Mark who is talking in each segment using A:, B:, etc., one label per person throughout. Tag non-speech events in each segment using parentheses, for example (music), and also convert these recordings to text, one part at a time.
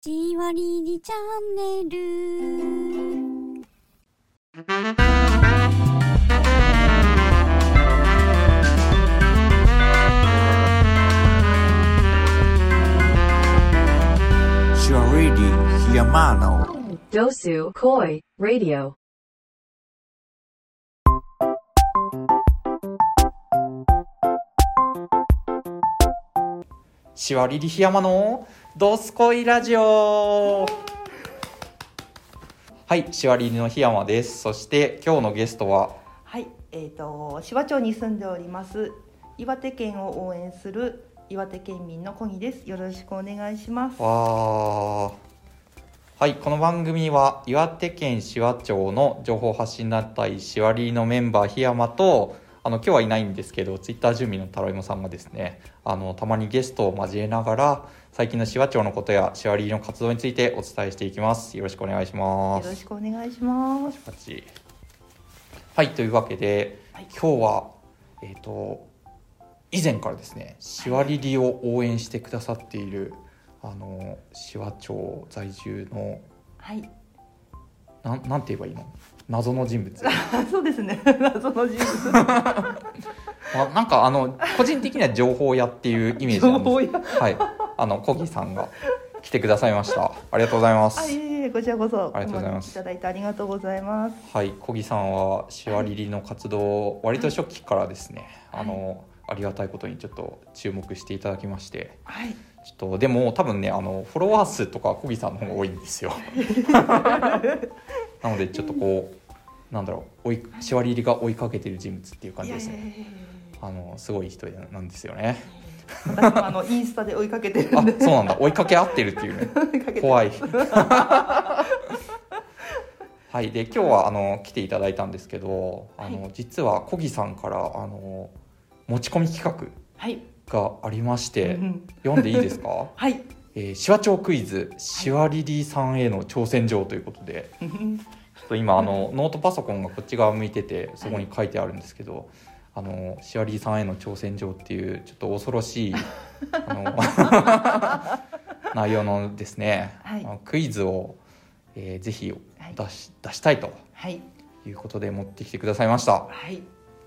A: じわりにチャンネル。
B: You are ready, Yamano.
C: Dosu Koi Radio.
D: シワリリヒヤマのドスコイラジオはい、シワリリのヒヤマです。そして今日のゲストは
E: はい、えっ、と紫波町に住んでおります岩手県を応援する岩手県民の小木です。よろしくお願いします。
D: わーはい、この番組は岩手県紫波町の情報発信団体シワリリのメンバーヒヤマとあの今日はいないんですけどツイッター住民のタロイモさんがですねあのたまにゲストを交えながら最近の紫波町のことやシワリリの活動についてお伝えしていきますよろしくお願いしま
E: よ
D: す
E: ろしくお願いします。
D: 八。はい、というわけで、
E: はい
D: 今日は、えっ、と。以前からですね、しわりりを応援してくださっている。あの、しわ町在住の、
E: はい、 (laughs)
D: なん、なんて言えばいいの。謎の人
E: (laughs)
D: 物。
E: あそうですね。謎
D: (laughs)
E: の人物。
D: まあ、なんか、あの、個人的には情報屋っていうイメージな
E: 情
D: んで
E: 報
D: す。
E: や。
D: はい、あの、こぎさんが来てくださいました。ありがとうございま
E: あ、い
D: す。
E: えいえ、こちらこそ。
D: ありがとうございます
E: お招きいただいてありがとうございます。
D: はい、小木さんはしわりりの活動を割と初期からですね、
E: はい
D: あのありがたいことにちょっと注目していただきまして
E: はい、
D: ちょっとでも多分ねあのフォロワー数とか小木さんの方が多いん
E: (laughs)
D: ですよなのでちょっとこうなんだろう追いしわりりが追いかけてる人物っていう感じです
E: いやい
D: ね
E: やいやい
D: あのすごい人なんですよね
E: や私もあのインスタで追いかけてる
D: あ
E: んで。
D: そうなんだ追いかけ合ってるっていうね
E: (laughs) 追いかけて
D: 怖い。はい、で今日はあの来ていただいたんですけど、あの、
E: は
D: 実は小木さんからあの持ち込み企
E: はい。
D: 画がありまして、
E: うん？
D: 読んでいいですか
E: はい。
D: えー、シワ町クイズシワリリーさんへの挑戦状ということで、
E: うん
D: ちょっと今あのノートパソコンがこっち側向いててそこに書いてあるんですけど。あのシワリーさんへの挑戦状っていうちょっと恐ろしいあの
E: (laughs)
D: 内容のですね、
E: はい
D: あのクイズを、えーぜひ
E: はい
D: 出し出したいと
E: はい。
D: いうことで持ってきてくださいました
E: はい。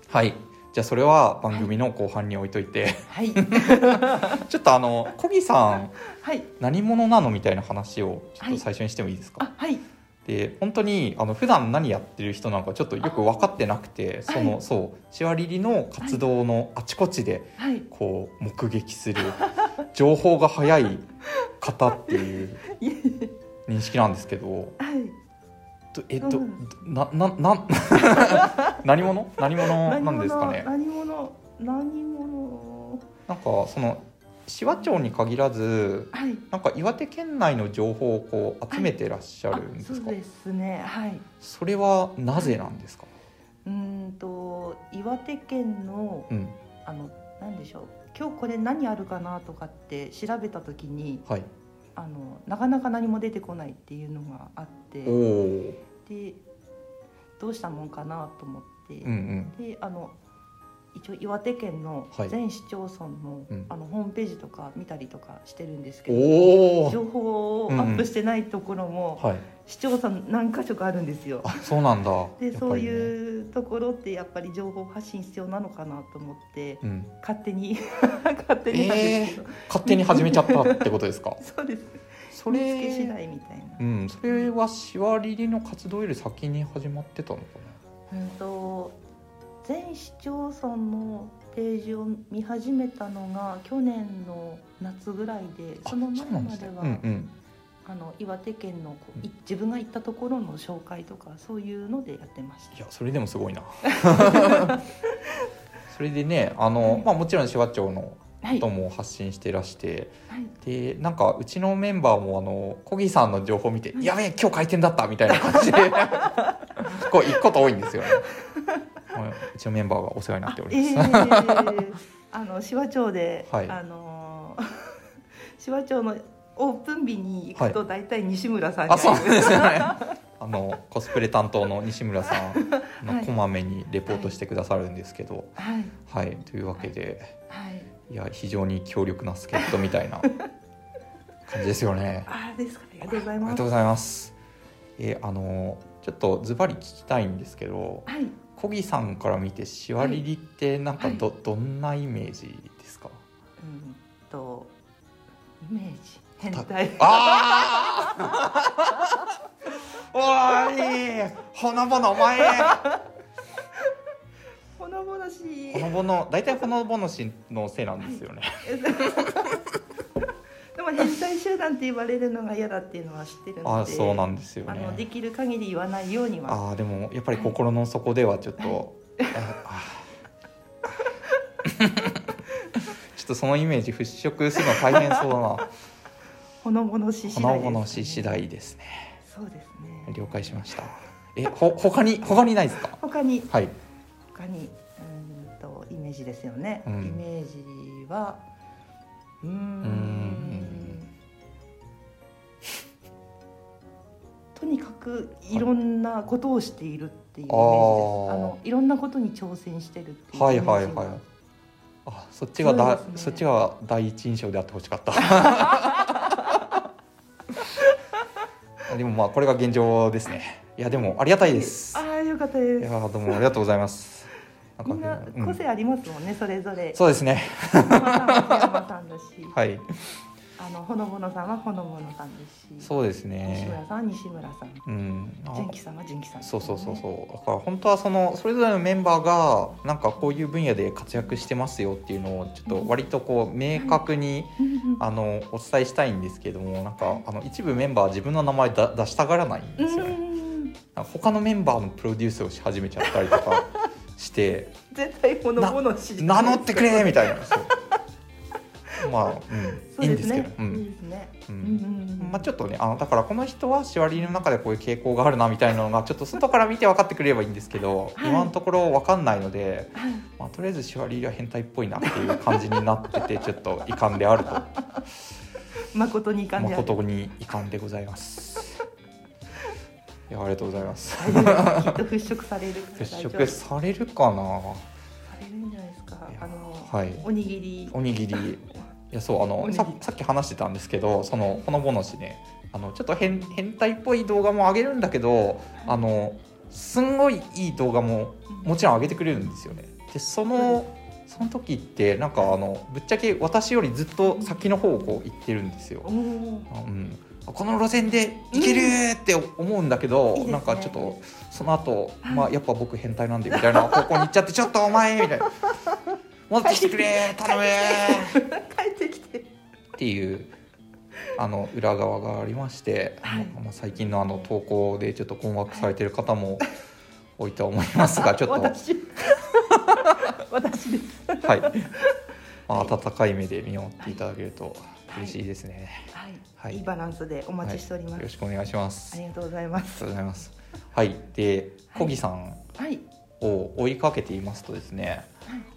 D: はいじゃあそれは番組の後半に置いとい
E: (laughs)
D: て、 (laughs)
E: はい。
D: ちょっとあの小木さん
E: はい。
D: 何者なのみたいな話をちょっ
E: は
D: と
E: い
D: 最初にしてもいいですか、
E: あ、はい。
D: で本当にあの普段何やってる人なんかちょっとよく分かってなくてその、そうシワリリの活動のあちこちで
E: はい。
D: こう目撃す
E: (laughs)
D: る情報が早い方っていう
E: いえい
D: 認識なんですけど
E: えはい。
D: どえっと、
E: うん
D: なな
E: (laughs)
D: な何者何者なんですかね
E: 何者何者
D: なんかその紫波町に限らず
E: はい
D: なんか岩手県内の情報をこう集めてらっしゃるんで
E: そ
D: す
E: う
D: か、
E: ですねはい
D: それはなぜなんですか、
E: うーんと岩手県の
D: うん
E: あの何でしょう今日これ何あるかなとかって調べた時に
D: はい、
E: あのなかなか何も出てこないっていうのがあって
D: おお
E: でどうしたもんかなと思って、
D: うんうん
E: であの一応岩手県の
D: はい
E: 全市町村の,、
D: うん
E: あのホームページとか見たりとかしてるんですけど
D: おお
E: 情報をアップしてないところも、
D: はい
E: 市町村何箇所かあるんですよ
D: あ。そうなんだ
E: で、そう
D: う、
E: いうところってやっぱり情報発信必要なのかなと思って
D: うん、
E: 勝手に (laughs) 勝手になんですけど、
D: 勝手に始めちゃったってことですか
E: そうです
D: そ
E: (laughs) 見つけ次
D: れ
E: 第みたいな。
D: うんそれはシワリリの活動より先に始まってたのか
E: うんと全市町村のページを見始めたのが去年の夏ぐらいで
D: な
E: その
D: あ
E: 前
D: うなん
E: ますで
D: ね
E: は
D: うんうん
E: あの岩手県のこう
D: うん
E: い自分が行ったところの紹介とかそういうのでやってまし
D: い
E: た
D: や。それでもすごい
E: (laughs)
D: なそれでねあの、
E: はい
D: まあ、もちろん紫波町の
E: はい、
D: こ
E: は
D: とも発信してらして、
E: い、
D: でなんかうちのメンバーもあの小木さんの情報見て「やべえ今日開店だった」みたいな感じで (laughs) こう行くこと多いんですよね。もううちのメンバーがお世話になっております。(laughs)
E: あええあの紫波町で、
D: はい
E: あのー (laughs) 紫波町のオープン日に行くと大体西村さんに
D: あ
E: 会える、
D: そうなんですよね。あのコスプレ担当の西村さんあ
E: は
D: の
E: い
D: こまめにレポートしてくださるんですけど、
E: はい
D: はい、というわけで、
E: はい
D: いや非常に強力な助っ人みたいな感じですよね。
E: あれですかありがとうござい
D: あり
E: ま
D: が
E: す
D: とうございます。えーあのちょっとズバリ聞きたいんですけど、
E: はい
D: 小木さんから見てシワリリってなんかど、どんなイメージですか？
E: うんとイメージ変態
D: あ (laughs) あ。おい、ほのぼのお前。
E: ほのぼのしい
D: ほのぼの、大体ほのぼのしのせいなんですよね。
E: (laughs) でも変態集団って言われるのが嫌だっていうのは知ってるので
D: あ
E: あ
D: あ、そうなんですよね。
E: のできる限り言わないようには
D: ああでもやっぱり心の底ではちょっと、ああ (laughs) ちょっとそのイメージ払拭するの大変そうだな
E: ほのぼの (laughs) し
D: ほ
E: 次第
D: の
E: ですね
D: ぼのし次第ですね
E: そうですね
D: 了解しましたえほ他に他にないですか
E: 他に
D: はい
E: 他にうーんとイメージですよね、
D: うん
E: イメージはうーん
D: ん
E: とにかくいろんなことをしているっていうイメージです、
D: あー
E: あのいろんなことに挑戦してるっていうイメー
D: はい
E: ジが
D: はいはいあそっちがだ
E: そう
D: そ,、
E: ですね
D: っちが第一印象であってほしかった
E: (laughs)
D: あでもまあこれが現状ですねいやでもありがたいです
E: ああよかった
D: い
E: で
D: や
E: す
D: ーどうもありがとうございます。な
E: みんな
D: うん
E: 個性ありますもんね、それぞれ
D: そうですね。
E: 山さんは山さんだし、
D: はい。
E: あのほのぼのさんはほのぼのさんですし
D: そうです
E: 西
D: ね。
E: 村さんは西村さん
D: うん。あ
E: 純喜さんは純喜さん、
D: そうそうそうそう。だから本当はそのそれぞれのメンバーがなんかこういう分野で活躍してますよっていうのをちょっと割とこう明確に
E: うん
D: あのお伝えしたいんですけども、なんかあの一部メンバーは自分の名前だ出したがらないん
E: う
D: ですよね。
E: ん
D: なんか他のメンバーのプロデュースをし始めちゃったりとかして。
E: 絶対ほのぼのし
D: 名乗ってくれみたいな。そうまあ、
E: そ
D: うん、い
E: う
D: いんで
E: で
D: すすけ
E: ね
D: ど、う
E: いい
D: ん、
E: ですね
D: う
E: うん
D: ん、
E: うんうん
D: まあ、ちょっとね、あの、だから、この人はシワリの中でこういう傾向があるなみたいなのが、ちょっと外から見て分かってくれればいいんですけど。
E: はい
D: 今のところ分かんないので、
E: はい
D: まあ、とりあえずシワリは変態っぽいなっていう感じになってて、ちょっと遺憾であると。
E: 誠に遺憾である
D: 誠に遺憾でございます。いや、ありがとうございます。
E: (laughs) 大丈夫きっと払拭されるから大
D: 接
E: 丈
D: 触
E: 夫
D: されるかな。
E: されるんじゃないですか
D: いや
E: あの、
D: はい
E: おにぎり
D: おにぎりいやそうあ
E: お
D: の
E: にぎり
D: ささっき話してたんですけどそのほのぼのしねあのちょっと変変態っぽい動画も上げるんだけどあのすんごいいい動画ももちろん上げてくれるんですよね。でそのその時ってなんかあのぶっちゃけ私よりずっと先の方をこう行ってるんですよ。
E: お
D: あうん、あこの路線で行けるって思うんだけど、
E: いいですね
D: なんかちょっとその後、まあやっぱ僕変態なんでみたいな方向に行っちゃってちょっとお前みたいな戻ってきてくれ頼むっ
E: ー帰ってきて
D: ていうあの裏側がありまして、
E: はい
D: まあ、最近のあの投稿でちょっと困惑されてる方も多いとは思いますがちょっとは (laughs)
E: 私私です
D: い、まあ、温かい目で見守っていただけると嬉しいですね。
E: はい、
D: はい
E: い、いバランスでお待ちしております、
D: よろしくお願いします。
E: ありがとうございま
D: ありが
E: す
D: とうございます。はい、で、
E: はい
D: 小木さん
E: はい
D: を追いかけていますとですね。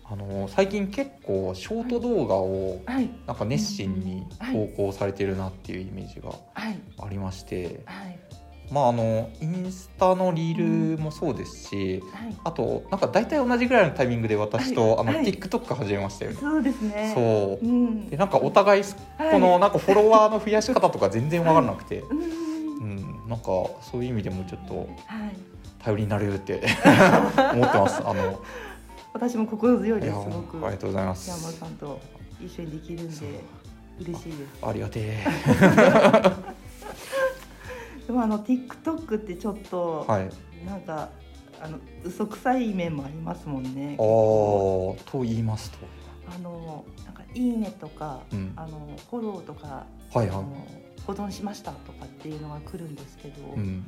D: あの、最近結構ショート動画を。
E: はい
D: なんか熱心に投稿されてるなっていうイメージが
E: はい
D: ありまして、
E: はい
D: まああのインスタのリールもそうですし、
E: はい
D: あとなんか大体同じぐらいのタイミングで私とあ
E: は
D: の
E: いはい
D: TikTok 始めましたよね。
E: そうですね
D: そうう。
E: ん
D: でなんかお互い
E: はい
D: このなんかフォロワーの増やし方とか全然わからなくて、
E: (laughs) うん
D: うん、なんかそういう意味でもちょっと
E: はい
D: 頼りになるって (laughs) 思ってます。あの、
E: 私も心強い
D: い
E: で
D: や、
E: す (laughs) す
D: あ
E: ごく
D: りがとうございま
E: 山本
D: す
E: さ。んと一緒にできるん
D: そう
E: で嬉しいで
D: ありがてえ。
E: すでもあの TikTok ってちょっと、
D: はい。あ
E: なんかあの嘘くさい面もありますもんね
D: あ、と言いますと。
E: あのなんか「いいね」とか、
D: うん
E: あのフォローとか、
D: はい
E: あ
D: は
E: の保存しましたとかっていうのが来るんですけ
D: い。
E: ど、
D: うん。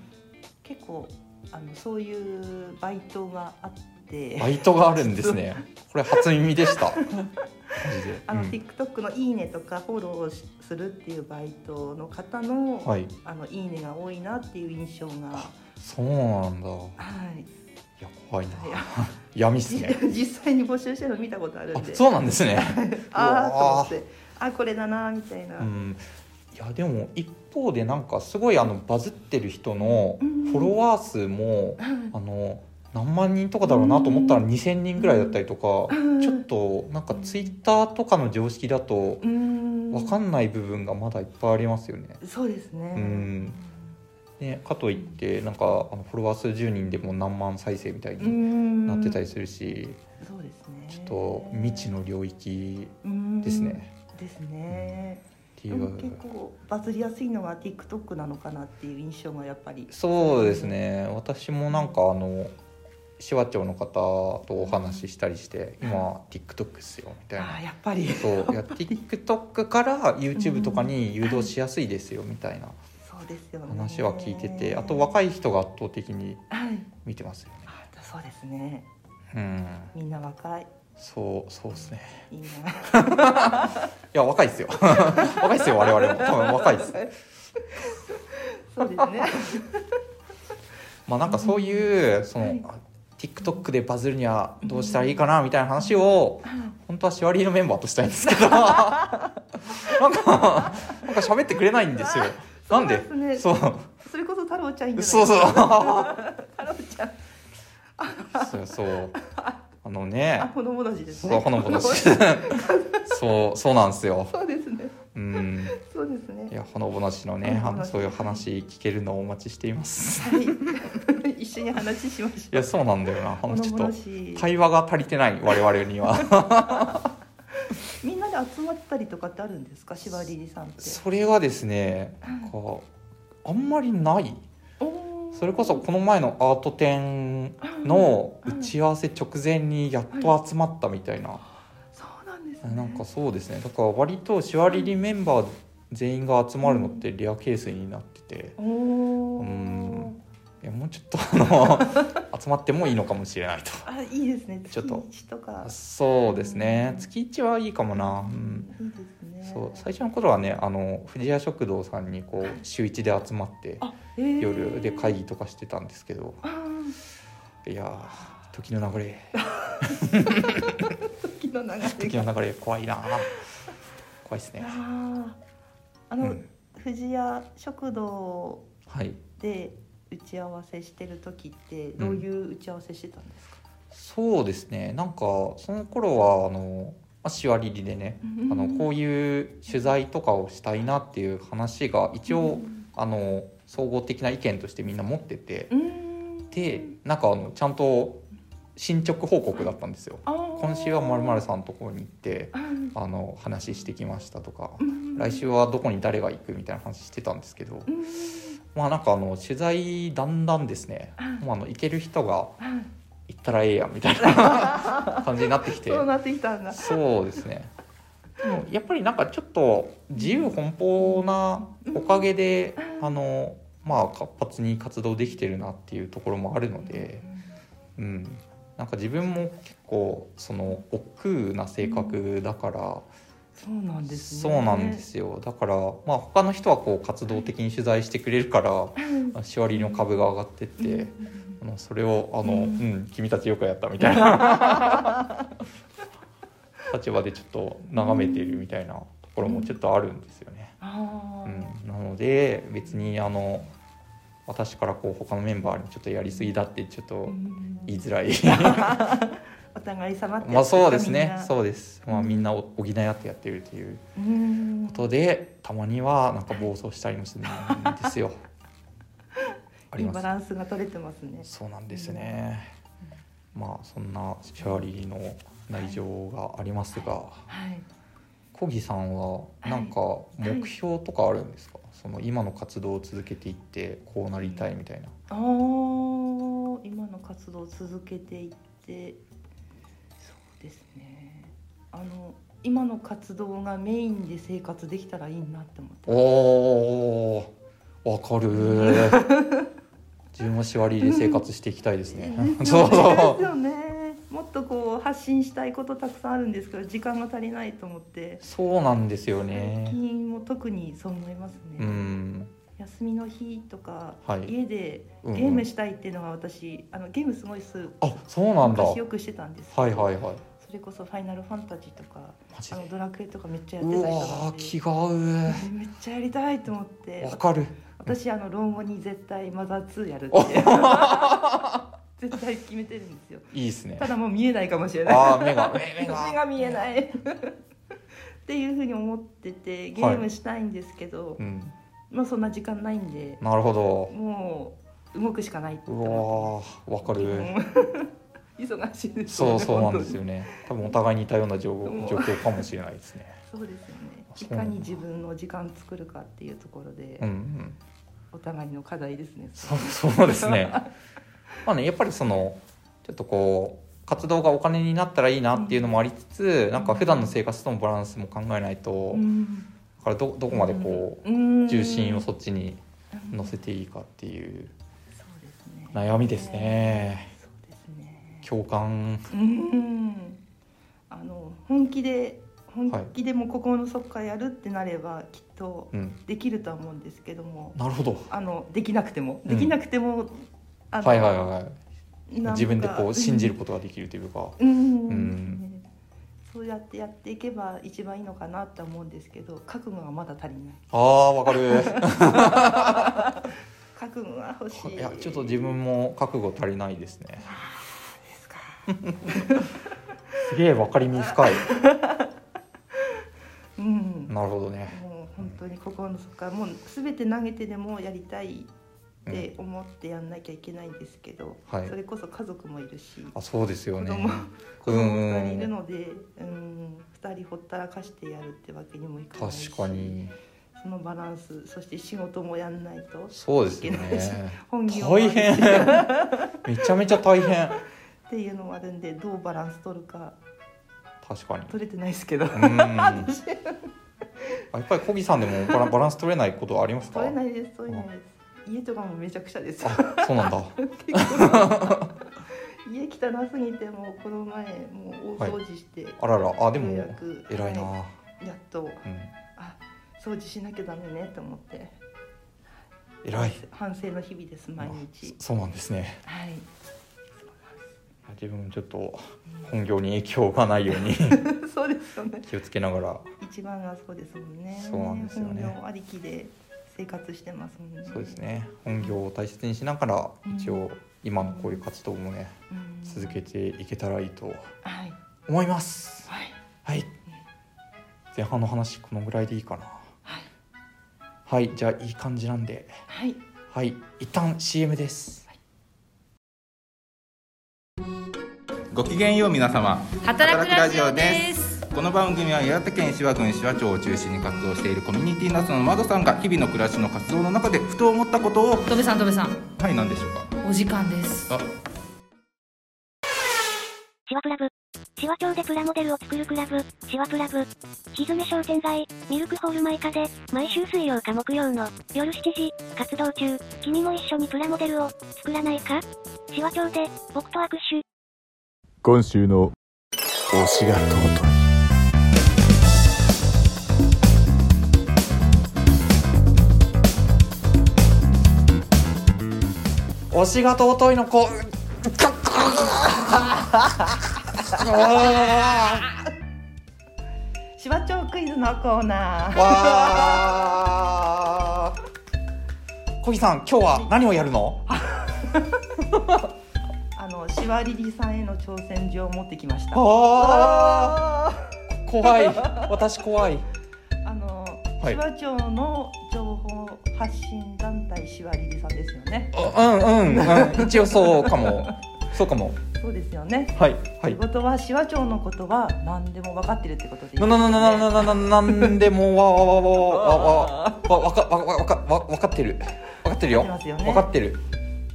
E: 結構あのそういうバイトがあって
D: バイトがあるんです (laughs) ね。これ初耳でした。マジで。
E: あの、
D: うん
E: TikTok の「いいね」とかフォローをしするっていうバイトの方の「
D: はい。
E: あのいいね」が多いなっていう印象が
D: あ。そうなんだ。い
E: はい、
D: や、怖いな。
E: いや
D: 闇っす
E: じ
D: ね。
E: (laughs) 実際に募集してるの見たことあるん
D: あ、
E: で
D: そうなんですね。
E: あ
D: う
E: あ
D: わ
E: と
D: ー
E: 思ってあこれだなみたいな、
D: うん。いや、でも、一方で、なんかすごいあのバズってる人の
E: うん
D: フォロワー数も。あの何万人とかだろうなと思ったら2,000人ぐらいだったりとか、
E: うん
D: ちょっとなんかツイッターとかの常識だと、
E: うん
D: 分かんない部分がまだいっぱいありますよね。
E: そうですね
D: うんねかといってなんかあのフォロワー数10人でも何万再生みたいに
E: ん
D: なってたりするし、
E: そうですね
D: ちょっと未知の領域
E: うん
D: ですね。
E: ですね
D: ってい
E: で
D: う、
E: も結構バズりやすいのが TikTok なのかなっていう印象がやっぱり
D: そうですね私もなんかあの手話町の方とお話ししたりして今 TikTok っすよみたい
E: ああ
D: な。
E: やっぱり (laughs)
D: そういや TikTok から YouTube とかに誘導しやすいですよみたいな
E: そうですよね
D: 話は聞いててあと若い人が圧倒的に
E: はい
D: 見てますよ
E: あそうですね
D: ねうん
E: みんな若い
D: そうそうですね
E: いいない
D: や若いですよ (laughs) 若いですよ我々も多分若いです
E: そうで
D: (laughs)
E: すね
D: まあなんかそういうその、
E: はい
D: あ TikTok でバズるにはどうしたらいいかなみたいな話を本当はシワリーのメンバーとしたいんですけ
E: (laughs)
D: どなんかなんか喋ってくれないんですよ
E: あ
D: なんで
E: そうですね
D: そう
E: それこそ太郎ちゃんいいんじゃ
D: そう
E: ないです
D: そう
E: か太郎ちゃん
D: そうそうあの
E: (laughs)
D: ね
E: あほのぼのしですね
D: そうほのぼの
E: (laughs)
D: しそうそうなんですよ
E: そうですね
D: うん
E: そうです
D: い
E: ね
D: やほのぼのしのねあ
E: ほのぼ
D: の
E: のし
D: そういう話聞けるのをお待ちしています
E: はい (laughs) 一緒に話しまし
D: い
E: ょう
D: やそうなんだよなあのちょっ
E: ほのぼ
D: と
E: のし
D: 会話が足りてない我々に
E: (laughs)
D: は
E: みんなで集まったりとかってあるんですかシバリリさんって
D: それはですねなんかあんまりない
E: おー
D: それこそこの前のアート展の打ち合わせ直前にやっと集まったみたいな
E: そうなんですね
D: なんかそうですねだから割とシワリリメンバー全員が集まるのってレアケースになってて
E: お
D: う
E: おー
D: んいやもうちょっとあの (laughs) 集まってもいいのかもしれないと
E: あいいですね
D: ちょっと
E: 月一とか
D: そうですね月1はいいかもなうん
E: いいですね
D: そう最初の頃はねあの藤屋食堂さんにこう週1で集まって
E: あ、えー
D: 夜で会議とかしてたんですけど
E: あー
D: いやー時の流れ
E: 時の流れが
D: 時の流れ怖いな怖いですね
E: あーあの、
D: うん
E: 藤屋食堂
D: はい
E: で打ち合わせしてる時ってどういう打ち合わせしてたんですか、
D: そうですねなんかその頃はあのまあシワリリでねあのこういう取材とかをしたいなっていう話が一応あの総合的な意見としてみんな持ってて
E: うーん
D: でなんかあのちゃんと進捗報告だったんですよ
E: あー
D: 今週はまるまるさんのところに行って
E: うん
D: あの話してきましたとか
E: うん
D: 来週はどこに誰が行くみたいな話してたんですけど
E: うん
D: まあなんかあの取材だんだんですねもうあの行ける人が
E: はい
D: 行ったらええやみたいな
E: (laughs)
D: 感じになってきて
E: そうなってきたんだ
D: そうですねでもやっぱりなんかちょっと自由奔放なおかげであのまあ活発に活動できてるなっていうところもあるのでうんなんか自分も結構その億劫な性格だから
E: そうなんですね
D: そうなんですよだからまあ他の人はこう活動的に取材してくれるからシワリの株が上がってってあのそれをあの、うん、君たちよくやったみたいな
E: (laughs)
D: 立場でちょっと眺めているみたいなところもちょっとあるんですよね。
E: あ
D: う
E: ー
D: ん、なので別にあの私からこう他のメンバーにちょっとやりすぎだってちょっと
E: うん
D: 言いづらい
E: お互い様ってやつ
D: (laughs)
E: か
D: まあそうです
E: みん
D: ね
E: な
D: そうです、まあ、みんな補い合ってやってるという
E: うーん
D: ことでたまにはなんか暴走したりもするんですよ。あり
E: いい
D: ま
E: バ
D: す
E: ランスが取れてますね
D: そうなんですね。まあそんなシャーリーの内情がありますが、
E: はい
D: コギさんはなんか目標とかあるんですか？その今の活動を続けていってこうなりたいみたいな。
E: あー今の活動を続けていってそうですねあの今の活動がメインで生活できたらいいなって思って
D: おおー、わかる。自分はシャーリーで生活していきたいですね。 (laughs) そう
E: そうです (laughs)
D: そう。
E: よねもっとこう発信したいことたくさんあるんですけど時間が足りないと思って
D: そうなんですよ
E: 最
D: ね。
E: 近も特にそう思いますね、
D: うん。
E: 休みの日とか、
D: はい
E: 家で
D: う
E: ゲ
D: んうん
E: ームしたいっていうのが私あのゲームすごいす
D: あ、そうなんだ。は
E: 昔
D: い
E: よくしてたんですけど
D: はいはい。
E: それこそ「ファイナルファンタジー」とか
D: マジ
E: あの
D: で。
E: ドラクエとかめっちゃやって
D: う
E: た
D: わ
E: 人な
D: ー
E: ん
D: 気
E: で
D: が合う。
E: (laughs) めっちゃやりたいと思って
D: わかる。
E: 私あの老後に絶対マザー2やる
D: (laughs)
E: って絶対決めてるんですよ
D: いいですね
E: た。だもう見えないかもしれない
D: ああ、目が、目目が。
E: 星が見えないっていうふうに思っててゲームしたいんですけど、
D: うん、
E: まあそんな時間ないんで
D: なるほど
E: もう動くしかないって
D: う
E: 思
D: わーわか
E: って
D: る
E: ますうん (laughs) 忙しいです
D: そうそうなんです
E: よ
D: よね多分お互いに似たような状
E: うん
D: 況状況かもしれないですね
E: 本当にそうですよね
D: あ
E: い
D: そうな
E: か
D: んだ
E: に自分の時間作るかっていうところで、
D: うんうん
E: お互いの課題ですね
D: そうそうですね
E: (laughs)
D: まあねやっぱりそのちょっとこう活動がお金になったらいいなっていうのもありつつ、なんか普段の生活とのバランスも考えないと、だからどどこまでこう、
E: うん
D: 重心をそっちに
E: うん
D: 乗せていいかっていう
E: そうですね
D: 悩みですね
E: そうですね
D: 共感
E: うんあの本気で本
D: はい
E: 気でもここのそっかやるってなればきっと
D: うん
E: できるとは思うんですけども、
D: なるほど
E: あのできなくても
D: うん
E: できなくても、あの
D: はいはいはい
E: なんか
D: 自分でこう信じることができるというか
E: うん、
D: う
E: うんん、そうやってやっていけば一番いいのかなとは思うんですけど覚悟がまだ足りない
D: あーわかる
E: 覚悟が欲しい
D: (laughs) いやちょっと自分も覚悟足りないですね
E: ですか
D: (laughs) すげえ分かりみ深い
E: うん
D: なるほどね
E: もう本当に心の底からもう全て投げてでもやりたいって思ってやんなきゃいけないんですけど、
D: はい
E: それこそ家族もいるし
D: あそうですよ
E: 子
D: ね
E: 供子
D: う
E: 供2人い
D: んう
E: る
D: ん
E: のでうん2人ほったらかしてやるってわけにもいかないし
D: 確かに
E: そのバランスそして仕事もやんないと
D: そうですよ
E: いけないし
D: ね
E: 本業もあ
D: 大
E: るし
D: (laughs) 変めちゃめちゃ大変
E: っていうのもあるんでどうバランス取るか
D: 確かに
E: 取れてないですけど
D: うんあやっぱり小木さんでもバラバランス取れないことありますか
E: 取れないです取れないです家とかもめちゃくちゃですよ
D: あそうなんだ (laughs)
E: 家汚すぎてもうこの前もう大掃除して、
D: あららあで
E: よう
D: も
E: やく
D: 偉いな、
E: はやっと
D: うん
E: あ掃除しなきゃダメねと思って
D: 偉い
E: 反省の日々です毎日
D: あそそうなんですね
E: はい (laughs)
D: 自分もちょっと本業に影響がないよう
E: (laughs)
D: に
E: そうですよね
D: 気をつけながら
E: 一番がそうですもんね
D: そうなんですよね
E: 本業ありきで生活してますもんね
D: そうです、ね本業を大切にしながら
E: うん
D: 一応今のこういう活動もね
E: うん
D: 続けていけたらいいと
E: はい
D: 思います
E: はい
D: はい前半の話このぐらいでいいかなはい、じゃあいい感じなんで
E: はい
D: はい一旦 CM です
F: ごきげんよう皆様
G: 働くラジオ
F: 働く
G: で
F: ラジ
G: す
F: この番組は岩手県紫波郡紫波町を中心に活動しているコミュニティナスの窓さんが日々の暮らしの活動の中でふと思ったことを
G: とべさんとべさん
F: はい何でしょうか
G: お時間です
F: あ
A: シワプラブ。シワ町でプラモデルを作るクラブ、シワプラブ。ひずめ商店街、ミルクホールマイカで、毎週水曜か木曜の夜7時、活動中、君も一緒にプラモデルを作らないかシワ町で、僕と握手。
H: 今週の推しが尊い
D: 推しが尊いの
F: (laughs)
D: 子
E: しわちょうクイズのコーナー
D: わー小木さん今日は何をやるの
E: あのしわりりさんへの挑戦状を持ってきました
D: あ
E: あ
D: ー怖い私怖い
E: の、
D: はい
E: しわ町の情報発信団体しわりりさんですよね
D: うんうん、 (laughs) うん、一応そうかもそうかも
E: そうですよね
D: はいは
E: 仕
D: い
E: 事はしわ町のことは何でも分かってるってことでいいです
D: なな
E: よね
D: ななななななんでもわわわわわわわわかわわわかわわかってるわかってるよ
E: わかってますよね
D: わかってる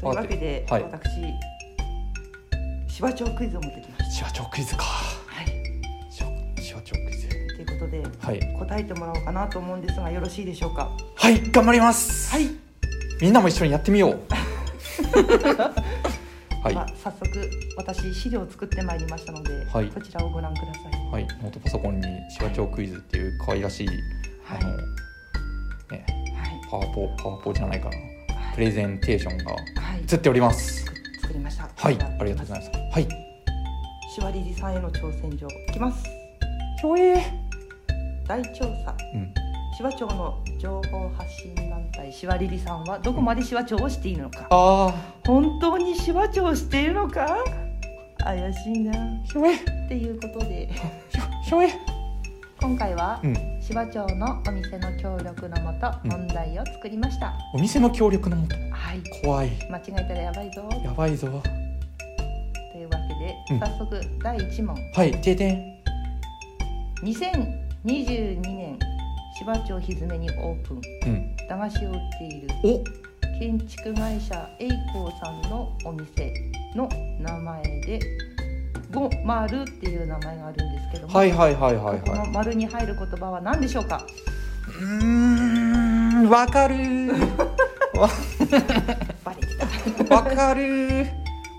E: というわけで、
D: はい
E: 私しわ町クイズを持ってきまし
D: シワチョクイズか
E: たはい
D: シワシワチョクイズ
E: ということで
D: はい
E: 答えてもらおうかなと思うんですがよろしいでしょうか
D: はい頑張ります
E: はい、
D: みんなも一緒にやってみようはい
E: では早速私資料を作ってまいりましたので、
D: はい
E: こちらをご覧ください
D: はいノートパソコンにシワチョクイズっていう可愛らしいあ
E: はい
D: のね
E: はい
D: パワポパワポじゃないかな
E: はい
D: プレゼンテーションが
E: はい
D: 映っております
E: 作りました
D: はい、ありがとうございます。はい。
E: すシワリリさんへの挑戦状いきます
D: 競泳。
E: 大調査
D: うん。
E: シワ町の情報発信団体シワリリさんはどこまでシワ町をしているのか
D: あ
E: 本当にシワ町をしているのか怪しいな
D: あ、競泳。
E: っていうことで
D: 競泳。
E: 今回は
D: うん
E: 紫波町のお店の協力のもと
D: うん
E: 問題を作りました、
D: お店の協力のもと
E: はい
D: 怖い
E: 間違えたらやばいぞ
D: やばいぞ
E: というわけ
D: うん
E: で早速第1問
D: はい停電
E: 2022年芝町ひずめにオープン
D: うん
E: 駄菓子を売っている
D: お
E: 建築会社栄光さんのお店の名前で「ゴマル」っていう名前があるんですけども、
D: はいはいはいはい
E: この
D: はい
E: 「丸」に入る言葉は何でしょうか
D: うーんわかる (laughs) ー
E: バレてきた
D: わかるー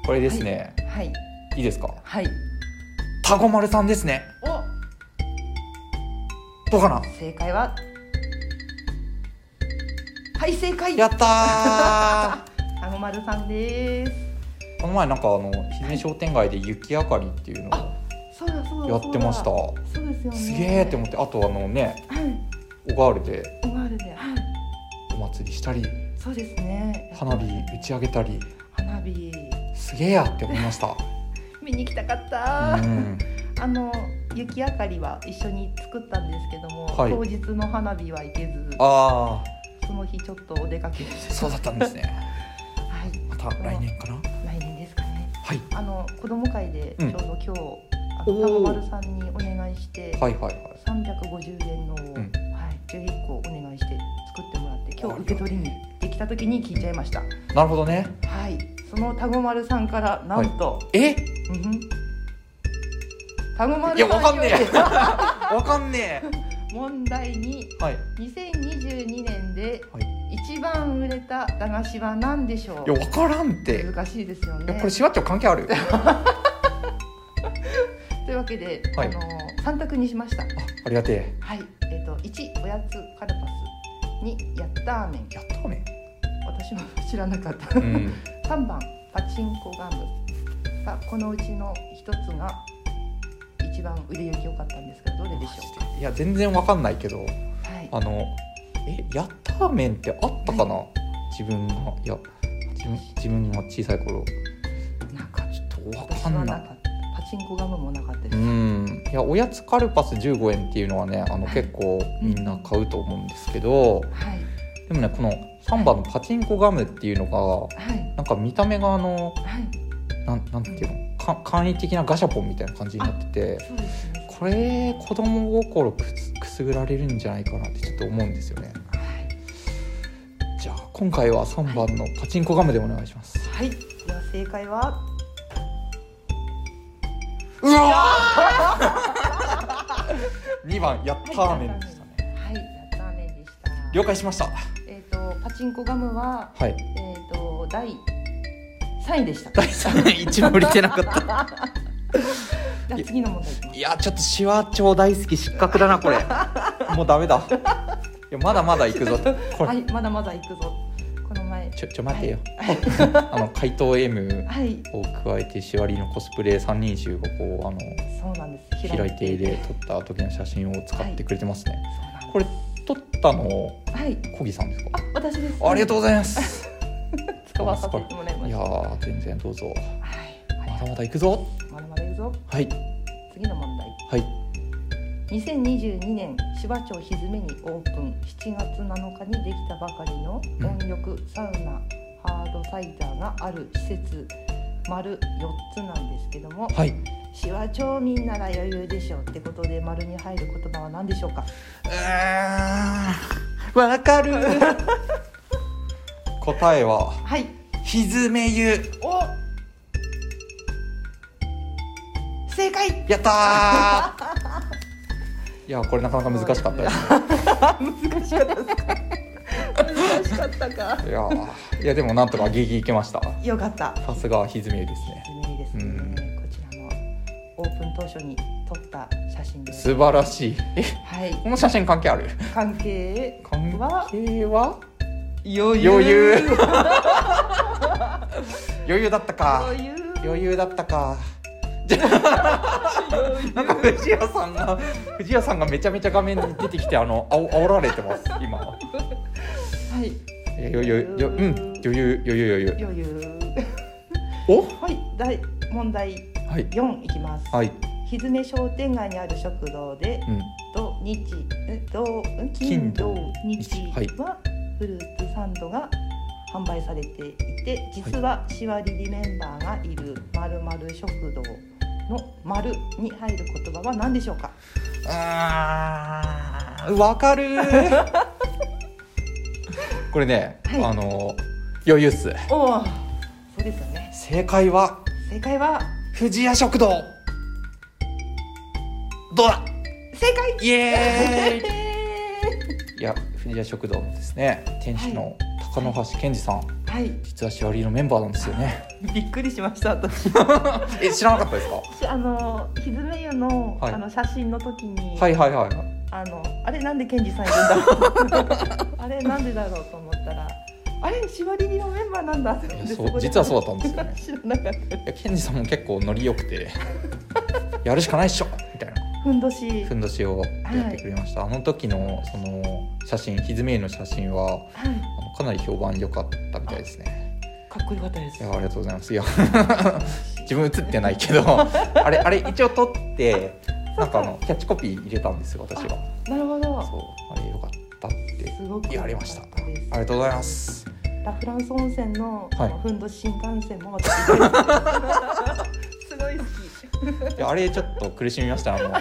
D: これですね、
E: はい
D: いいですか
E: はい
D: タコ丸さんですね
E: お
D: どうかな
E: 正解ははい正解
D: やった
E: あの丸さんです
D: (laughs) ーこの前なんかあのひずみ商店街で雪あかりっていうのを
E: そうだそうだ
D: やってました
E: そうだそうですよね
D: すげえって思ってあとあのね
E: はい
D: 小川原で
E: おまるではい
D: お祭りしたり
E: そうですね
D: 花火打ち上げたり
E: 花火
D: すげえやって思いました
E: 見に行きたかっ
D: う
E: た、
D: ん
E: あの雪あかりは一緒に作ったんですけども、
D: はい
E: 当日の花火は行けず
D: あ
E: その日ちょっとお出かけし
D: あそうだったんですね
E: たはい
D: また来年かな
E: 来年ですかね
D: はい
E: あの子供会でち
D: うん
E: ょうど今日、
D: おー
E: あのまるさんにお願いして、
D: はいはいはい
E: 350円のを、
D: ん
E: はい、11個お願いして作ってもらって今
D: ありがたい
E: 日受け取りにできた時に聞いちゃいました、
D: なるほどね
E: はいそのタゴマルさんからなんと、
D: え
E: うんふんタゴマ
D: い
E: ル
D: や
E: さ
D: わ
E: ん
D: かんね
E: より
D: えわかんね
E: (laughs) 問題に
D: えはい
E: 2022年で
D: はい
E: 一番売れた駄菓子は何でしょ
D: いやわからんって
E: う難しいですよ
D: いや
E: ね
D: これしわっちょ関係あるあ
E: というわけで、
D: はい
E: あの3択にしました
D: ありがて
E: はいえっ、と1おやつカルパス2やったーめん
D: えやったね
E: 私も知らなかった、 (laughs)
D: うん
E: 3番パチンコガムがこのうちの一つが一番売れ行き良かったんですけどどれでしょう
D: いや全然わかんないけど
E: かはい
D: あのえヤッターメンってあったかな、自分がいや自分自分が小さい頃
E: なかっ
D: ちょっとわ
E: た私
D: か
E: は
D: んな
E: ないかったパチンコガムもなかったで
D: う
E: す、
D: んいやおやつカルパス15円っていうのはねあの結構みんな買うと思うんですけど
E: はい
D: でもねこの3番のパチンコガムっていうのが
E: はい
D: なんか見た目があの
E: はい
D: なんなんていうのか簡易的なガシャポンみたいな感じになってて
E: そうですね
D: これ子供心くすくすぐられるんじゃないかなってちょっと思うんですよね
E: はい
D: じゃあ今回は3番のパチンコガムでお願いします
E: はい、では正解は。
D: うわ2番やったーメンでしたね
E: はい、やったーめんでした。
D: 了解しましたは
E: えっ、と、パチンコガムは、
D: い
E: えっ、と、第。三位でした。
D: 第3位一番売れてなかった
E: じゃあ、次の問題いきま
D: いやちょっとシワ町大好き失格だな (laughs) これもうダメだいやまだまだ行くぞ
E: す。
D: こ
E: は
D: れ
E: い、まだまだ行くぞ。この前。
D: ちょちょ待てよあの怪盗 M
E: はい、
D: を加えてシワリのコスプレ3人衆がこうあの
E: そうなんです。
D: 平井邸で
E: そう
D: 撮った時の写真を使ってくれてますね、
E: なんです
D: これ撮ったの
E: はい、
D: 小木さんですか
E: あ、私です。
D: ありがとうご
E: い
D: ざいます
E: ます。使わさせてもらいま
D: い
E: し
D: や
E: た。は
D: ー全然どうぞまだ
E: い、
D: まだ行くぞ
E: まだまだ行くぞ。
D: はい
E: 次の問題。
D: はい
E: 2022年芝町ひずめにオープン7月7日にできたばかりの
D: うん
E: 温浴サウナ、ハードサイダーがある施設丸4つなんですけども
D: はい
E: 紫波町民なら余裕でしょうってことで丸に入る言葉は何でしょうか
D: わかる答えは
E: はい
D: ひずめ湯
E: お正解
D: やったー (laughs) いやこれなかなか難しかったです
E: 難しかったですか難 (laughs) しかったか
D: いやーいやでもなんとかギリギリいけました
E: よかった
D: さすがひずめ湯ですね
E: いいですね、
D: うん
E: こちらもオープン当初に撮った写真です
D: 素晴らしいえ
E: はい
D: この写真関係ある
E: (laughs) 関係
D: 関
E: は
D: 係は
E: 余
D: 余裕余裕だったか
E: 余裕
D: 余裕だったか
E: (laughs)
D: なんか藤谷さんが藤谷さんがめちゃめちゃ画面に出てきてあのあお煽られてます今
E: はい
D: えよよようん余裕余裕余裕
E: 余裕
D: お
E: はい第問題
D: はい
E: 4いきます、
D: はい
E: ひずめ商店街にある食堂で
D: うん
E: と日えっとん金
D: 金
E: 土日
D: 日はい
E: はフルーツサンドが販売されていて実はシワリリメンバーがいるまるまる食堂の丸に入る言葉は何でしょうか
D: あーわかるー (laughs) これね、
E: はい
D: あの余裕っす
E: おおそうですよね
D: 正解は
E: 正解は
D: 藤屋食堂どうだ
E: 正解
D: イエーイいや藤屋食堂のですね店主の高野橋健二さん、
E: (laughs) はい
D: 実はシワリーのメンバーなんですよね
E: びっくりしました私
D: え知らなかったですかは
E: あのひずめ湯の,、
D: はい
E: あの写真の時に、
D: いはいはい
E: あのあれなんでケンジさんいるんだ (laughs) あれなんでだろうと思ったらあれ縛りのメンバーなんだって
D: いやそう実はそうだったんですよね
E: (laughs) 知らなかった
D: いや健二さんも結構ノリ良くて (laughs) やるしかないっしょみたいな
E: ふんどし
D: ふんどしをやってくれました、あの時のその写真ひずめ湯の写真は
E: はい
D: あのかなり評判良かったみたいですね
E: かっこよかったです
D: いやありがとうございますいや (laughs) 自分映ってない (laughs) けどあれあれ一応撮ってなんかあのキャッチコピー入れたんですよ私は
E: なるほど
D: そうあれ良かったって
E: すごく
D: 言われましたあ
E: よかっです
D: りがとうございます
E: ラ・フランス温泉の,、
D: はい
E: ふんどし新幹線も
D: (laughs)
E: 私行ってるすごい好き
D: いやあれちょっと苦しみましたあ (laughs) の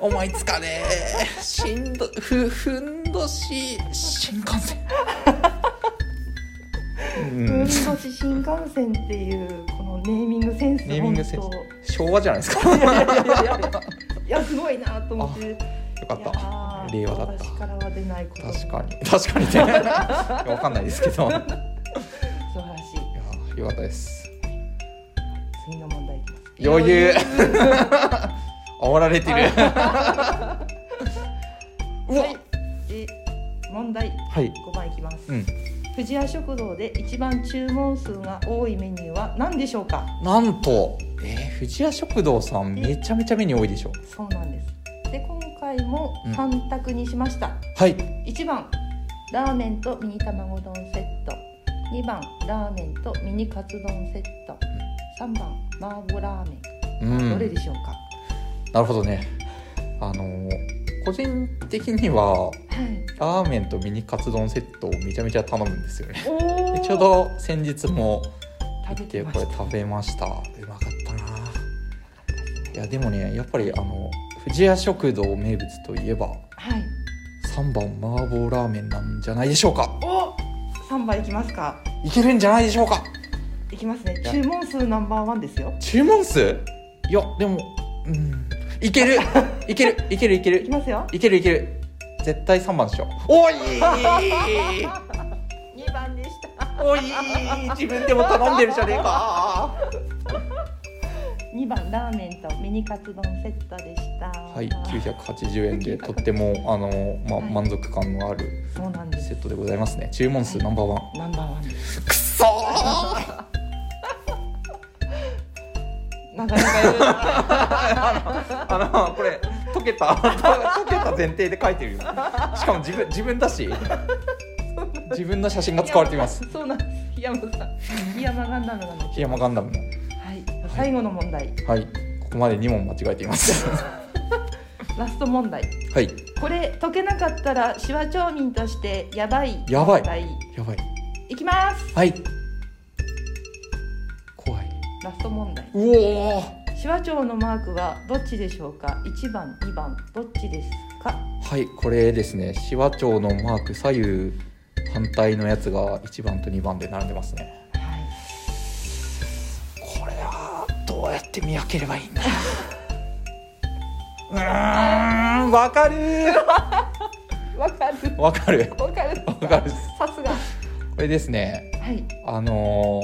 D: 思いつかねえしんどふふんどし新幹線 (laughs) う
E: ふん
D: ん
E: どし新幹線っていうこのネーミングセンス
D: ネーミングセンス
E: 本
D: 昭和じゃないですかよか
E: 当いやすごいなと思って
D: った
E: い
D: 令
E: やー
D: 和だった
E: 私からは出ないこと
D: 確かに確か (laughs) にねいやわかんないですけどいや
E: 素晴らしい
D: よかったです
E: 次の問題いきます
D: 余裕 (laughs) 煽られてる (laughs) うわ
E: はいえ問題
D: はい
E: 5番いきます、
D: うん
E: 藤屋食堂で一番注文数が多いメニューは何でしょうか
D: なんとえー、藤屋食堂さんめちゃめちゃ目に多いでしょ
E: そうなんですで今回も
D: うん
E: 3択にしました、
D: はい
E: 1番ラーメンとミニ卵丼セット2番ラーメンとミニカツ丼セット3番麻婆ラーメン、
D: う
E: さあど
D: ん
E: れでしょうか
D: なるほどねあのー個人的には
E: はい
D: ラーメンとミニカツ丼セットをめちゃめちゃ頼むんですよね
E: お
D: で
E: ー
D: ちょうど先日も
E: 食べ
D: 行って
E: てま
D: これ
E: した
D: 食べましたうまかったないやでもねやっぱりあの藤屋食堂名物といえば
E: はい
D: 3番麻婆ラーメンなんじゃないでしょうか
E: お3番いきますか
D: いけるんじゃないでしょうか
E: いきますね
D: いや
E: 注文数ナンバーワンですよ
D: 注文数いやでもうんいけ (laughs) るいけるいけるいけ
E: い
D: る
E: きますよ
D: いけるいける絶対3番でしょおい
E: 二番でした。
D: おい自分でも頼んでるじゃねえか
E: 二番ラーメンとミニカツ丼セットでした。は
D: はい、980円でとってもあの、まあ、
E: はい
D: 満足感のある
E: そうなんです
D: セ。ットでございますね注文数ナンバーワン
E: ナンバーワンです。
D: くそー
E: なかなかいるな。
D: あのこれ溶けた溶けた前提で書いてるよしかも自分自分だし自分の写真が使われています。
E: そうなんです。檜山さん。檜山ガンダムなので。
D: 檜山ガンダムの
E: はい。最後の問題。
D: はいここまで2問間違えています
E: ラスト問題。
D: はい
E: これ解けなかったら手話町民としてやばい。
D: やばい
E: 問題。
D: やばい
E: いきます。
D: はい怖い
E: ラスト問題。
D: うおー
E: 手話町のマークはどっちでしょうか。一番、二番、どっちですか。
D: はいこれですね紫波町のマーク左右反対のやつが1番と2番で並んでますね
E: はい。
D: これはどうやって見分ければいいんだ (laughs) うーんわかるー
E: わかる。
D: わかる
E: わかる。
D: わかる
E: さすが。
D: これですね
E: はい。
D: あの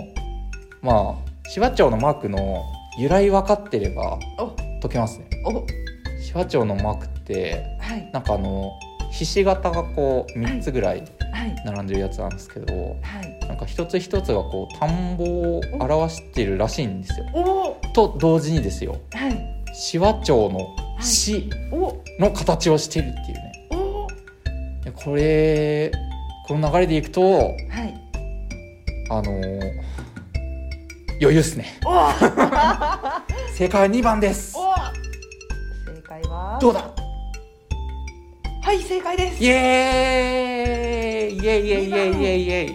D: ー、まあ紫波町のマークの由来分かってれば
E: お、
D: 解けますね
E: お、
D: 紫波町のマークって
E: はい、
D: なんかあのひし形がこう3つぐらい
E: はい、
D: 並んでるやつなんですけど、
E: はい。
D: なんか一つ一つがこう田んぼを表してるらしいんですよ。
E: お、
D: と同時にですよ
E: はい、
D: 紫波町の「市
E: お、
D: の形をしてるっていうね
E: お、
D: でこれこの流れでいくと
E: はい。
D: あのー余裕っすね
E: お、
D: (laughs) 正解は2番です
E: お。正解は。
D: どうだ
E: はい正解です
D: イエーイイエイイエイイエイイエイイエイ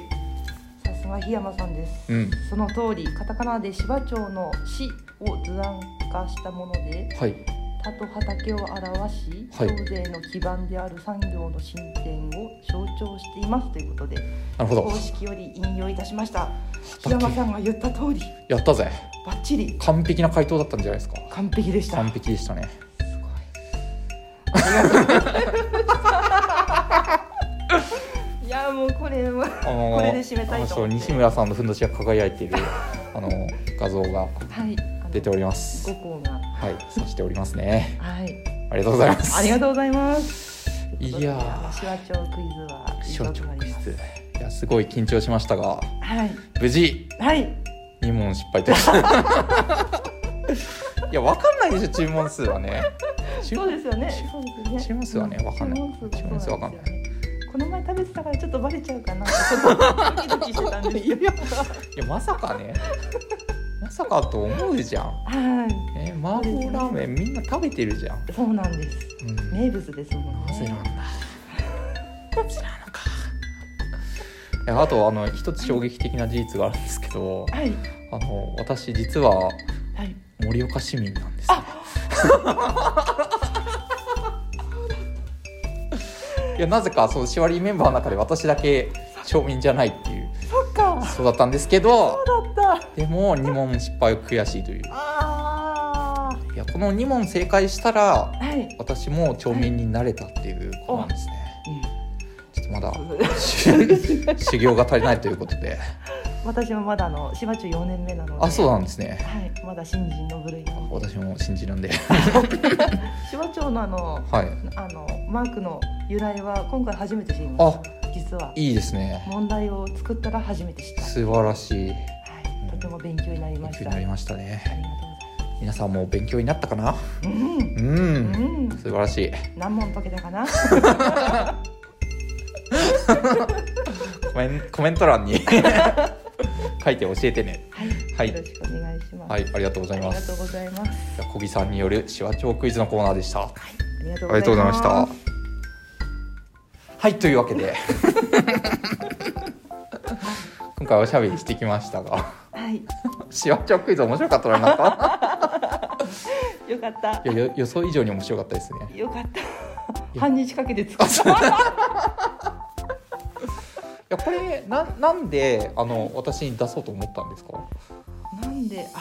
E: さすが檜山さんです、
D: うん
E: その通りカタカナで芝町の「市」を図案化したもので
D: はい
E: 田と畑を表し
D: は
E: 商
D: い
E: 税の基盤である産業の進展を象徴していますということで
D: なるほど
E: 公式より引用いたしました檜
D: 畑
E: 山さんが言った通り
D: やったぜ
E: バッチリ
D: 完璧な回答だったんじゃないですか
E: 完璧でした
D: 完璧でしたね
E: いやもうこれは
D: あの
E: これで締めたいと思って
D: あの西村さんのふんどしが輝いているあの画像が
E: はいあの
D: 出ております
E: 五校が
D: はい指しておりますね
E: はい
D: ありがとうございます
E: ありがとうございます
D: い
E: ということであ
D: や
E: の手話帳クイズは
D: ー
E: 以
D: 気
E: 上
D: 象
E: と
D: 庁
E: な
D: ク
E: り
D: イ
E: ます
D: ズいやすごい緊張しましたが
E: はい
D: 無事
E: はい
D: 2問失敗とい
E: (laughs)
D: やわかんないでしょ注文数はね注
E: そうですよね。
D: 注文数はねわかんない
E: 注文数
D: 注文数わかんない
E: そうですよねこの前食べてたからちょっとバレちゃうかなってちょっとドキドキしてたんですけど。
D: いやまさかねまさかと思うじゃん
E: (laughs) は
D: え麻婆ラーメンみんな食べてるじゃん、
E: い、そうなんです。
D: うん、
E: 名物ですもん
D: なぜ
E: ね
D: な。んだなぜなのかいやあとあの一つ衝撃的な事実があるんですけど
E: はい
D: あの私実は
E: はい。
D: 盛岡市民なんです、ね、 (laughs) いやなぜかそのシワリーメンバーの中で私だけ町民じゃないっていう
E: そっか。
D: そうだったんですけど
E: そうだった。
D: でも2問失敗は悔しいという
E: あ
D: いやこの2問正解したら
E: あ。はい。
D: 私も町民になれたっていうことなんですね、ちょっとまだ
E: (laughs)
D: 修修行が足りないということで
E: 私もまだあの芝中四年目なので。
D: あそうなんですね
E: はい。まだ新人の部類なので。
D: 私も信じるんで
E: 芝町のあの
D: はい
E: あのマークの由来は今回初めて知りまし
D: あ
E: た。実はい
D: いですね
E: 問題を作ったら初めて知った。
D: 素晴らしい
E: はい、とても勉強になりま
D: 勉
E: し
D: 強
E: た。
D: になりましたね皆さんも勉強になったかな
E: ありがとうございます。
D: う
E: うんん、うん、
D: 素晴らしい
E: 何問解けたかな。
D: コメンコメント欄に (laughs) 書いて教えてねは
E: はいい、よろしくお願いします。
D: はいありがとうござ
E: あ
D: い
E: り
D: ま
E: がとう
D: す
E: ございます。
D: じゃあ小木さんによる手話帳クイズのコーナーでした
E: ありがと
I: ありがとうございました。
D: はいというわけで今回おしゃべりしてきましたが
E: はい、
D: しわちょクイズ面白かったななんか
E: よかった
D: い。やよ予想以上に面白かったですね
E: よかった。半日かけて作っ
D: い
E: た。
D: やこれななんであの私に出そうと思ったんですか
E: なんで、あ、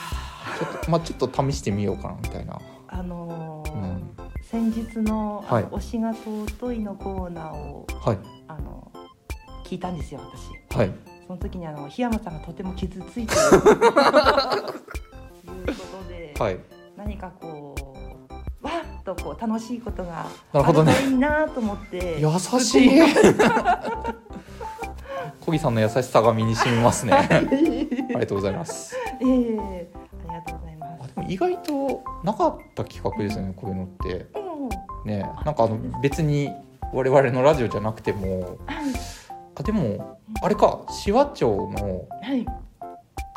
D: ちょっと,、まあ、ちょっと試してみようかなみたいな、
E: あのー
D: うん、
E: 先日の、
D: はい
E: あの推しが尊いのコーナーを
D: はい
E: あの聞いたんですよ私。
D: はい
E: その時にあの檜山さんがとても傷ついているということで、
D: はい
E: 何かこうわっとこう楽しいことが
D: なるほどね
E: あるといいなと思って (laughs)
D: 優しい小木さんの優しさが身に染みます (laughs) ねありがとうございます
E: ええありがとうございま
D: あ
E: す
D: でも意外となかった企画ですよねこういうのって
E: うん
D: ねなんかあの別に我々のラジオじゃなくてもあでもあれか紫波町の
E: はい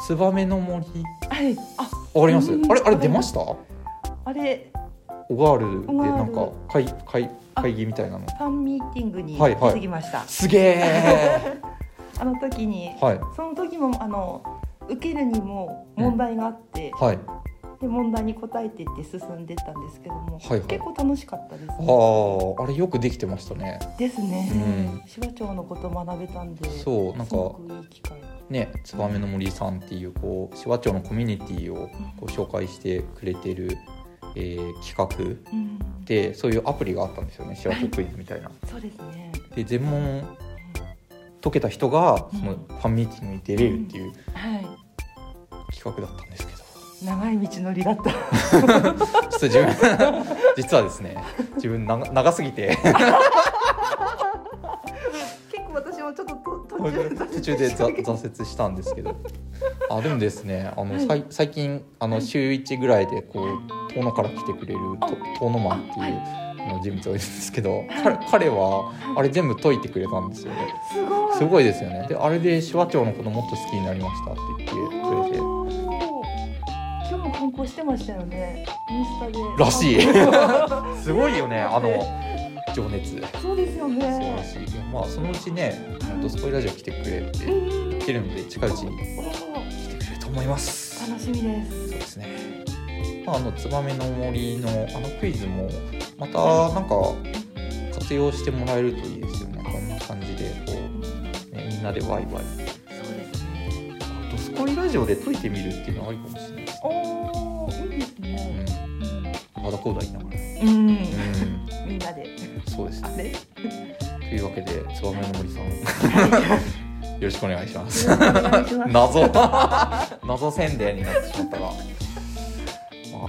D: ツバメの森
E: はいあ
D: わかります
E: うん
D: あれあれ出ましたオ
E: あれ
D: ガールで
E: オガール
D: なんか会会会議みたいなの
E: ファンミーティングに
D: はいはい
E: 出てきました、
D: すげえ
E: あの時に
D: はい
E: その時もあの受けるにも問題があって、
D: はい
E: で問題に答えていって進んでったんですけども、
D: はいはい
E: 結構楽しかったです、
D: あーあれよくできてましたね
E: ですね
D: うん。
E: 芝、町のこと学べたんで、う
D: そうなん
E: すご
D: か
E: くいい機会。
D: ねツバメの森さんっていうこう紫波町のコミュニティをこう紹介してくれてる、えー企画
E: うん、
D: でそういうアプリがあったんですよね紫波町クイズみたいな
E: そうですね。
D: で全問解けた人が
E: うん
D: そのファンミーティングに出れるっていう
E: は
D: 企画だったんですけど、
E: い、長い道のりだった。
D: ちょっと自分 (laughs) 実はですね自分長長すぎて
E: 結構私もちょっとと途中
D: 途中でざ挫折したんですけどあでもですねあの、さい最近あの週1ぐらいでこう遠野から来てくれると遠野マンっていう。の人物がいるんですけど彼彼はあれ全部解いてくれたんですよね
E: すごい。
D: すごいですよねであれで手話帳のこともっと好きになりましたって言ってくれて
E: おー今日も観光してましたよね。インスタで。
D: らしいすごいよねあの情熱
E: (laughs) そうですよ
D: 素晴ら
E: ね。
D: しいいやまあそのうちねあのスポイラジオ来てくれ
E: う
D: て
E: んうんうん
D: 来てるので近いうちに
E: おー
D: 来てくれると思います
E: 楽しみです。
D: そうですねまああのツバメの森のあのクイズもまたなんか活用してもらえるといいですよねこんな感じでこう、ね、みんなでワイワイ
E: そうですね。
D: 「ドスコイラジオ」で解いてみるっていうのはありかもしれないです
E: おお、いいですね。
D: ねうんあだこうだ言いながら
E: うん、
D: うん
E: みんなで。
D: そうですね
E: あれ。
D: というわけで、つばめの森 (laughs) さん、よろしくお願いします。
E: お願いします
D: 謎、謎宣伝になってしまったが。ま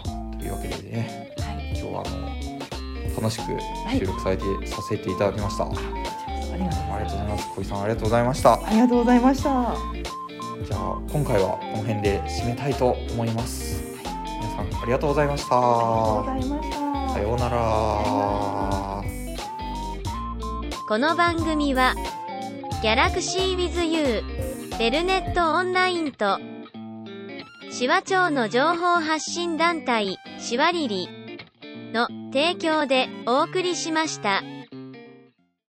D: あ、というわけでね、
E: はい。
D: 今日はあの、楽しく収録されて、させていただきました。あ
E: ありがとうございます
D: りがとうございます。小井さん、ありがとうございました。
E: ありがとうございました。
D: じゃあ、今回はこの辺で締めたいと思います。皆さん、ありがとうございました。
E: ありがとうございました。
D: さようなら。
A: この番組は、ギャラクシーウィズユー、ベルネットオンラインと、シワ町の情報発信団体、シワリリの提供でお送りしました。